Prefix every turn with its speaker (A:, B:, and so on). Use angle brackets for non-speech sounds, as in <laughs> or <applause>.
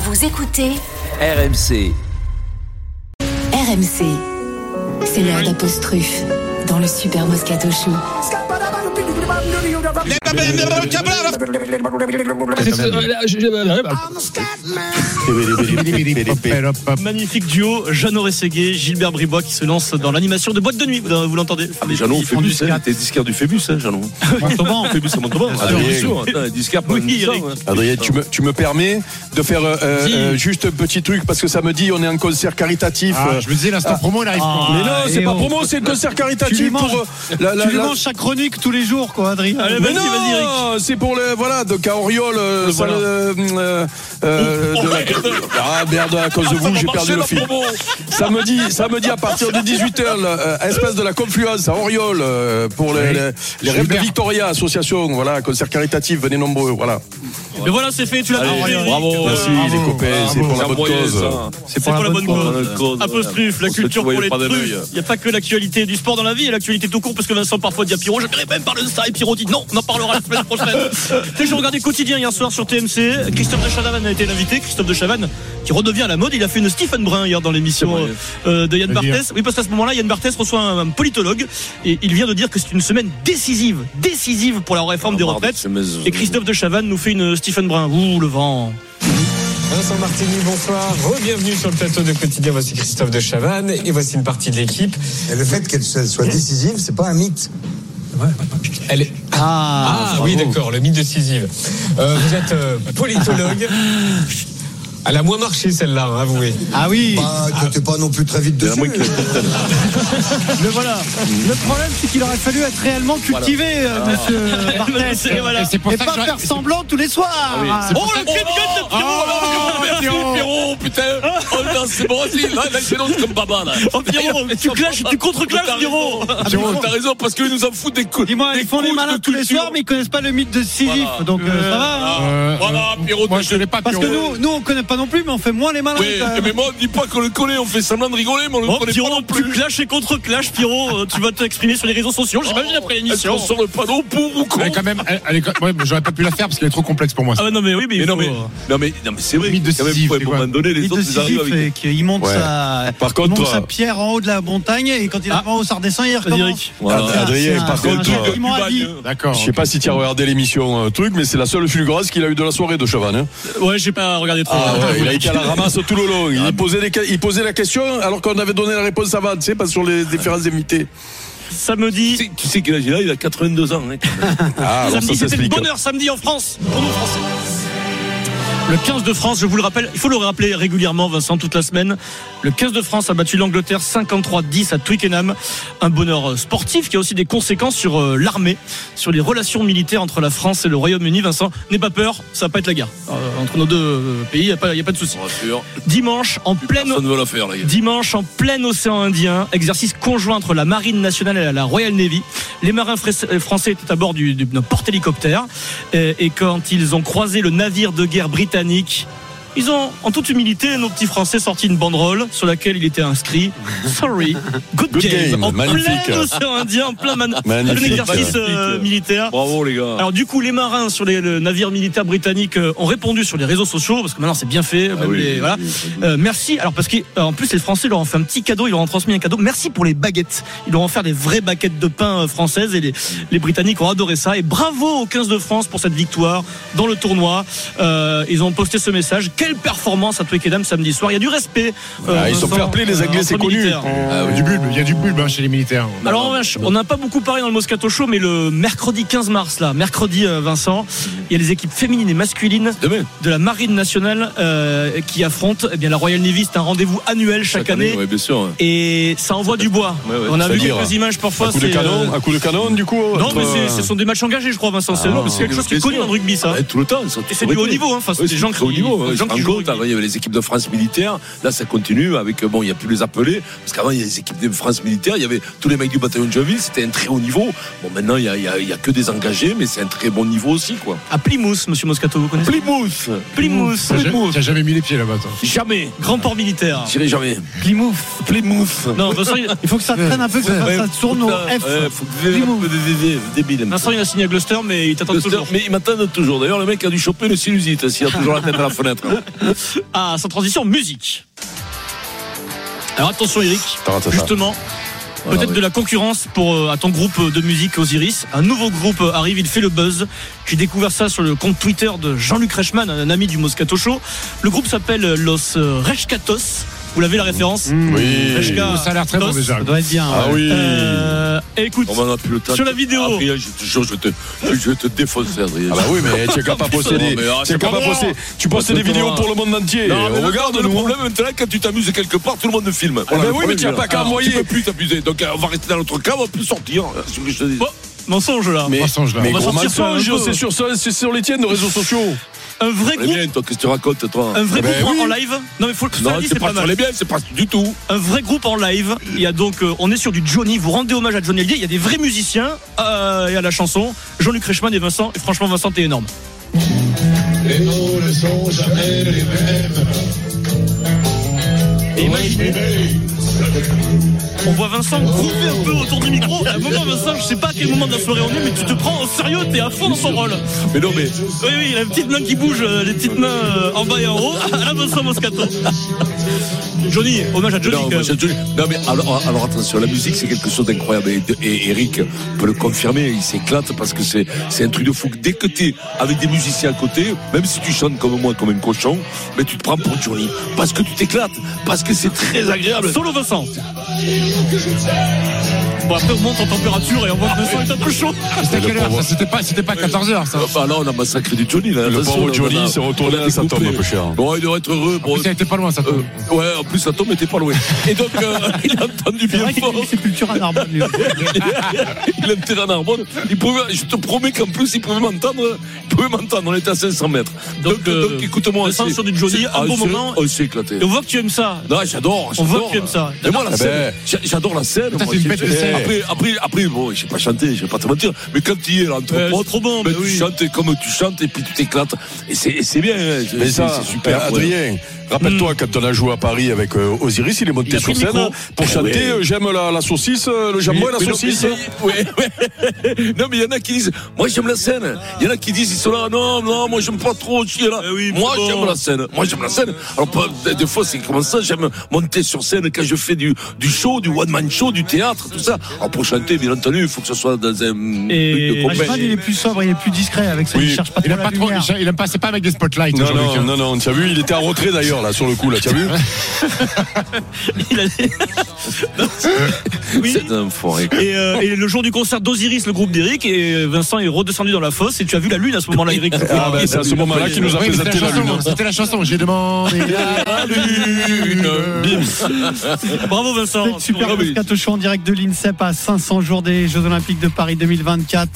A: Vous écoutez
B: RMC.
C: RMC, c'est l'heure d'apostrophe dans le super Moscato Show.
D: Magnifique duo, Jeannot Rességuier, Gilbert Bribois qui se lance dans l'animation de boîte de nuit. Vous vous l'entendez
E: Ah,
F: Mais Jeannot, au Phébus, hein, t'es disquaire du Phébus, hein,
D: <laughs>
F: Jeannot. Montauban. Phébus à Montauban.
E: Ah,
G: Ah,
D: Adrien.
F: Bien sûr, attends, disquaire pour
D: Oui,
F: une mission,
D: Eric.
F: hein.
E: Adrien, tu me, tu me permets de faire euh, euh,
D: Si.
E: euh, juste un petit truc parce que ça me dit on est un concert caritatif. euh,
G: Ah, je me disais, l'instant promo, il arrive
D: Ah,
G: pas.
E: Ah.
G: Ah,
E: mais non,
D: eh
E: c'est
D: oh.
E: pas promo, c'est un concert
G: Tu lui
E: caritatif
G: manges.
E: pour euh, la- la-
G: Tu lui
E: la-
G: manges sa chronique tous les jours, quoi, Adrien.
D: Allez,
E: Mais
D: vas-y, vas-y, Eric.
E: non, c'est pour le voilà donc à Auriol. euh,
D: Le
E: salle,
D: voilà.
E: euh, euh, euh, de la- Ah merde, à cause de vous, j'ai perdu le fil. Samedi, samedi à partir de 18h, euh, espace de la Confluence à Auriol euh, pour les, les, les rêves de
G: Super.
E: Victoria Association. Voilà, concert caritatif, venez nombreux. Voilà.
D: Mais voilà, c'est fait, tu l'as
F: Allez,
D: Eric.
F: bravo.
D: Euh,
E: Merci les copains, c'est pour la bonne
F: Envoyez
E: cause.
F: ça.
D: C'est pour, la bonne cause. Apostrophe, la
F: On se
D: culture
F: tutoyait
D: pour les
F: pas d'un
D: trucs.
F: œil.
D: Il n'y a pas que l'actualité du sport dans la vie et l'actualité tout court, parce que Vincent parfois dit à Pierrot, je voudrais même parler de ça, et Pierrot dit non, on en parlera la semaine prochaine. Tu sais, je regardais quotidien hier soir sur TMC, Christophe de Chavannes a été l'invité, Christophe de Chavannes qui redevient à la mode, il a fait une Stephen Brun hier dans l'émission
F: C'est
D: euh,
F: vrai.
D: euh, de Yann
G: C'est-à-dire
D: Barthès. Oui, parce qu'à ce moment-là, Yann Barthès reçoit un, un politologue, et il vient de dire que c'est une semaine décisive, décisive pour la réforme des retraites. Et Christophe de Chavannes nous fait une Stephen Brun. Ouh, le vent.
H: Vincent Martini, bonsoir. Bienvenue sur le plateau de Quotidien. Voici Christophe de Chavannes et voici une partie de l'équipe.
I: Et le fait qu'elle soit soit décisive, c'est pas un mythe.
H: Elle est... Ah, oui, d'accord, le mythe décisive. Euh, vous êtes euh, politologue.
J: <laughs>
H: Elle a moins marché, celle-là, hein, avouez.
G: Ah oui.
I: Bah, t'étais pas non plus très vite dessus.
G: Le voilà. Le problème, c'est qu'il aurait fallu être réellement cultivé, euh, monsieur
D: <laughs>
G: Barthez.
D: Et voilà.
G: Et pas faire semblant tous les soirs.
E: Ah,
D: Oh, la queue de gueule de Pierrot
F: Merci Pierrot, putain.
E: Ah.
F: Oh non, c'est Brésil. Là, là, c'est non, c'est comme Baba, là.
D: Oh Pierrot, tu clashes, tu contre-clashes Pierrot
F: Pierrot, t'as raison, parce qu'ils nous en foutent des coups.
G: Dis-moi, ils font les malins tous les soirs, mais ils connaissent pas le mythe de Sisyphe.
F: Voilà.
G: Donc, euh, ça va. hein.
E: Ah.
F: Voilà, Pierrot,
J: Moi,
F: t'as-
J: je ne l'ai pas.
G: Parce que
J: Pierrot.
G: nous, nous, on connaît pas non plus, mais on fait moins les malins.
F: Oui,
G: quand même.
E: euh,
F: mais moi, on dit pas qu'on le connaît, on fait semblant de rigoler, mais on le
D: Oh
F: connaît pas
D: Pierrot,
F: non
D: tu
F: plus.
D: clashes et contre-clashes Pierrot, euh, tu vas t'exprimer sur les réseaux sociaux,
E: Oh,
D: j'imagine après
F: Est-ce qu'on
D: l'émission
F: sort le panneau pour ou
J: Elle
F: contre
J: est quand même, elle- elle est quand- ouais, mais j'aurais pas pu la faire parce qu'elle est trop complexe pour moi.
D: Ah bah non mais oui mais, il
F: Mais non,
D: faut- euh,
F: mais, non, mais, non, mais c'est vrai.
J: Mythe de
F: quand même,
J: Sisyphe,
F: ouais,
J: c'est
F: pour
J: quoi
F: un moment donné, les
G: Mythe
F: autres,
G: de
F: ils arrivent
G: Sisyphe,
F: avec.
G: et qu'il monte sa,
E: Par
G: il
E: contre,
G: monte sa
E: euh,
G: pierre en haut de la montagne et quand il arrive en haut, ça redescend et il
D: Vas-y,
G: recommence.
D: Eric.
F: Voilà.
G: C'est un-
E: Adrien,
G: c'est un-
E: par
G: c'est un
E: contre,
G: truc
F: Du
G: qui m'a dit.
F: bagne.
J: D'accord.
E: Je sais pas si tu as regardé l'émission euh, truc, mais c'est la seule fulgurance qu'il a eu de la soirée de Chavannes. hein.
D: Ouais j'ai pas regardé trop
E: Ah ouais, il a été à la ramasse tout le long. Il posait, les que- il posait la question alors qu'on avait donné la réponse avant, tu sais, pas sur les différents invités.
F: Tu
D: Samedi
F: sais- Tu sais quel âge il a Il a
E: <laughs>
F: 82 ans. hein, quand même.
E: Ah, alors ça
D: Samedi c'était le
E: s'explique.
D: bonheur samedi en France pour nous français le 15 de France, je vous le rappelle, il faut le rappeler régulièrement, Vincent, toute la semaine. Le 15 de France a battu l'Angleterre 53-10 à Twickenham. Un bonheur euh, sportif qui a aussi des conséquences sur euh, l'armée, sur les relations militaires entre la France et le Royaume-Uni. Vincent, n'aie pas peur, ça va pas être la guerre. Euh, entre nos deux euh, pays, il n'y a, pas- y a pas de souci.
F: Je te rassure,
D: Dimanche, en pleine
F: Personne ne veut la faire, les gars.
D: Dimanche, en plein océan Indien, exercice conjoint entre la Marine nationale et la Royal Navy. Les marins frais- euh, français étaient à bord du- du- d'un porte-hélicoptère. Et, et quand ils ont croisé le navire de guerre britannique, ils ont, en toute humilité, nos petits Français sorti une banderole sur laquelle il était inscrit Sorry, good,
E: Good game.
D: En
E: Magnifique.
D: plein océan Indien, en plein man- un
E: Magnifique.
D: exercice euh,
F: Magnifique.
D: militaire.
F: Bravo, les gars.
D: Alors du coup, les marins sur les le navire militaire britannique euh, ont répondu sur les réseaux sociaux parce que maintenant c'est bien fait.
F: Ah
D: même
F: oui,
D: les-
F: oui,
D: voilà.
F: oui, oui.
D: Euh, merci. Alors parce qu'en plus les Français leur ont fait un petit cadeau, ils leur ont transmis un cadeau. Merci pour les baguettes. Ils leur ont offert des vraies baguettes de pain euh, françaises et les, les Britanniques ont adoré ça. Et bravo aux 15 de France pour cette victoire dans le tournoi. Euh, ils ont posté ce message. Quelle performance à Twickenham samedi soir. Il y a du respect. euh,
E: Ah, ils sont
D: Vincent,
E: fair-play, les
D: euh,
E: Anglais,
D: entre
E: c'est connu.
D: militaires.
J: Ah, ouais, du bulbe, il y a du bulbe hein, chez les militaires.
D: Alors en revanche, on n'a pas beaucoup parlé dans le Moscato Show, mais le mercredi 15 mars, là, mercredi euh, Vincent, il y a les équipes féminines et masculines
F: Demain.
D: de la Marine nationale euh, qui affrontent eh bien, la Royal Navy. C'est un rendez-vous annuel chaque, année.
F: ouais, bien sûr. hein. ouais.
D: Et ça envoie du bois.
F: Ouais, ouais,
D: on a vu
E: c'est-à-dire,
D: quelques images parfois.
E: À coup de
D: c'est,
E: canon,
D: euh,
E: à coup de canon, du coup.
D: Non,
E: entre-
D: mais c'est- ce sont des matchs engagés, je crois, Vincent. C'est
F: Non, mais
D: c'est quelque chose qui est
F: question.
D: connu dans le rugby, ça.
F: Ouais, tout le temps. ça,
D: Et c'est
F: tout
D: du haut
F: le
D: niveau, hein. Enfin, c'est
F: Ouais,
D: des gens
F: très haut
D: qui-
F: niveau, ouais.
D: des gens
F: Je
D: qui
F: me
D: jouent au
F: rends compte,
D: rugby.
F: avant, il y avait les équipes de France militaire. Là, ça continue avec, euh, bon, il n'y a plus les appelés. Parce qu'avant, il y a les équipes de France militaire. Il y avait tous les mecs du bataillon de Joinville. C'était un très haut niveau. Bon, maintenant, il n'y a, il y a- il y a que des engagés, mais c'est un très bon niveau aussi, quoi.
D: À Plymouth, monsieur Moscato, vous connaissez
F: Plymouth.
D: Plymouth,
J: T'as ja- t'as jamais mis les pieds là-bas, toi.
F: Jamais.
D: grand port militaire.
F: J'irai jamais.
G: Plymouth.
F: Plymouth.
D: Non, Vincent, il-
G: Il faut que ça traîne un peu, que ça,
F: Ouais,
G: ça tourne au
F: faut que ça-
G: F.
F: ouais, faut que- un peu de VV, débile.
D: Vincent, il a signé à Gloucester, mais il t'attend
F: Cluster,
D: toujours.
F: mais ils m'attendent toujours. D'ailleurs, le mec a dû choper le sinusite s'il a toujours la tête à la fenêtre.
D: Ah, sans transition, musique. Alors attention Eric,
E: Taratata.
D: justement, peut-être de la concurrence pour euh, à ton groupe de musique Osiris. Un nouveau groupe euh, arrive, il fait le buzz. J'ai découvert ça sur le compte Twitter de Jean-Luc Reichmann, un ami du Moscato Show. Le groupe s'appelle euh, Los Rechcatos. Vous
F: Mmh.
D: l'avez la référence
E: Oui.
D: Rechca-
J: Oh, Ça a l'air très bon
D: Los.
J: déjà.
G: Ça doit être bien.
E: Ah oui.
D: Euh, écoute,
F: On n'en a plus le temps.
D: Sur la vidéo.
F: Après, je te jure, je te, je te défoncer, Adrien.
E: Ah bah oui, mais tu n'as qu'à pas poster des,
F: mais, ah,
E: tu
F: c'est
E: n'as qu'à
F: pas
E: pas
F: moi.
E: poster- Tu postes
F: Bah,
E: des
F: c'est
E: vidéos
F: toi.
E: pour le monde entier.
F: Non, mais
E: Eh, regarde,
F: regarde, le
E: nous. hein.
F: problème maintenant, quand tu t'amuses quelque part, tout le monde filme.
E: Ah
F: Voilà,
E: bah
F: le
E: oui, mais
F: problème,
E: tu n'as
F: il est
E: pas
F: là.
E: qu'à
F: Tu
E: envoyer.
F: peux plus t'amuser. Donc euh, on va rester dans notre cave, on peut sortir. hein, C'est ce que je te dis.
D: Bon, Oh, mensonge là.
E: Mais,
J: Mensonge, là.
E: mais
D: On va
E: gros
D: sortir ça un
E: mensonge,
D: peu.
E: c'est sur ça, c'est sur les tiennes, nos réseaux sociaux.
D: Un vrai
F: Les
D: groupe,
F: Eh bien, toi, qu'est-ce que tu racontes, toi
D: un vrai
E: Ben
D: groupe
E: oui.
D: en live. Non mais faut que
F: Non,
D: ça dit,
F: c'est pas sur
D: mal.
F: les biens, c'est pas du tout.
D: un vrai groupe en live. Il y a donc, euh, on est sur du Johnny. Vous rendez hommage à Johnny Hallyday. Il y a des vrais musiciens euh, et à la chanson. Jean-Luc Reichmann et Vincent. Et franchement, Vincent, t'es énorme.
A: Les mots ne sont jamais les mêmes.
D: Et imaginez, on voit Vincent grouper un peu autour du micro. À un moment, Vincent, je sais pas à quel moment de la soirée on est, mais tu te prends au sérieux. T'es à fond dans ton rôle.
F: Mais non, mais
D: Oui, oui, il a une petite main qui bouge, euh, les petites mains euh, en bas et en haut. <laughs> À la Vincent Moscato. Johnny, hommage à Johnny.
F: Non,
D: quand
F: moi,
D: même.
F: j'ai toujours- non, mais alors, alors attention, la musique c'est quelque chose d'incroyable et, et Eric peut le confirmer, il s'éclate parce que c'est c'est un truc de fou. Dès que t'es avec des musiciens à côté, même si tu chantes comme moi, comme un cochon, mais tu te prends pour Johnny parce que tu t'éclates, parce que c'est très agréable.
D: Solo Vincent. Bon, après, on monte en température et on voit que Vincent est un peu chaud.
J: C'était à quelle heure ça C'était pas, c'était pas 14h ça.
F: Ah, bah là, on a massacré du Johnny. Là,
E: Le
F: Attention,
E: pauvre
F: là,
E: Johnny
F: on a-
E: s'est retourné,
F: on a
E: ça tombe
F: découpé.
E: un peu cher.
F: Bon, il doit être heureux. Bon,
J: Ça a été pas loin ça.
F: euh, ouais, en plus, la tombe était pas loin. Et donc, euh, <laughs> il a entendu
G: C'est
F: bien
G: vrai qu'il
F: fort.
G: a une sépulture à Narbonne, lui.
F: il a un terrain d'arbonne. Il pouvait, je te promets qu'en plus, il pouvait m'entendre. Il pouvait m'entendre. On était à 500 mètres.
D: Donc,
F: Donc,
D: euh,
F: donc, écoute-moi.
D: le sens
F: c'est-
D: sur du Johnny,
F: c'est-
D: un
F: ah,
D: bon
F: c'est-
D: moment.
F: On s'est éclaté.
D: Et on voit que tu aimes ça.
F: Non, j'adore.
D: On voit
F: j'adore.
D: que tu aimes ça.
F: Mais moi, la
E: Ah
F: scène,
E: ben.
F: j'a- j'adore la scène.
J: Putain,
F: moi.
J: c'est une bête de scène.
F: Après, après, après, bon, je sais pas chanter, je vais pas te mentir. Mais quand tu y es, là, entre
D: Ouais, c'est
F: potes,
D: trop bon,
F: ben,
D: mais
F: tu
D: oui.
F: chantes comme tu chantes et puis tu t'éclates. Et c'est et c'est bien. hein. C'est
E: Mais
F: c'est-
E: ça,
F: c'est super.
E: euh,
F: ouais.
E: Adrien, rappelle-toi quand on a joué à Paris avec euh, Osiris, il est
D: Il
E: monté
D: a pris
E: sur
D: le
E: scène
D: micro.
E: pour chanter
F: Ah ouais.
E: euh, J'aime la, la saucisse, euh, le jambon et la
F: Mais non,
E: saucisse.
F: mais c'est- ouais, ouais. <laughs> Non, mais il y en a qui disent, moi j'aime la scène. Il y en a qui disent, ils sont là, non, non, moi j'aime pas trop. je suis là.
D: Eh oui,
F: moi
D: bon.
F: j'aime la scène. Moi j'aime la scène. Alors, pas- des- des fois, c'est comme ça, j'aime monter sur scène quand je fais du, du show, du one-man show, du théâtre, tout ça. Alors, pour chanter, bien entendu, il faut que ce soit dans un.
D: Et-
F: truc de
D: Ah, je sais
G: Reichmann,
F: compète.
G: il est plus sobre, il est plus discret avec ça. Il cherche pas
J: Il
G: trop
J: aime
G: la
J: pas trop,
G: lumière.
J: il aime pas, c'est pas avec des spotlights.
E: Non,
J: Jean-Luc,
E: non,
J: hein.
E: non, non, tu as vu, il était à retrait d'ailleurs, là, sur le coup, là, tu as vu
D: Il a- <laughs> Oui.
F: C'est un forêt.
D: Et, euh, et le jour du concert d'Osiris, le groupe d'Eric, et Vincent est redescendu dans la fosse. Et tu as vu la lune à ce moment-là, Eric.
E: Ah, ben, C'est à ce moment-là qu'il nous a
J: Oui, mais
E: présenté
J: c'était la
E: la
J: chanson,
E: lune.
J: C'était la chanson. J'ai demandé
E: <laughs>
J: la lune.
D: Bravo Vincent.
G: Super Moscato Show en direct de l'INSEP à 500 jours des Jeux Olympiques de Paris 2024.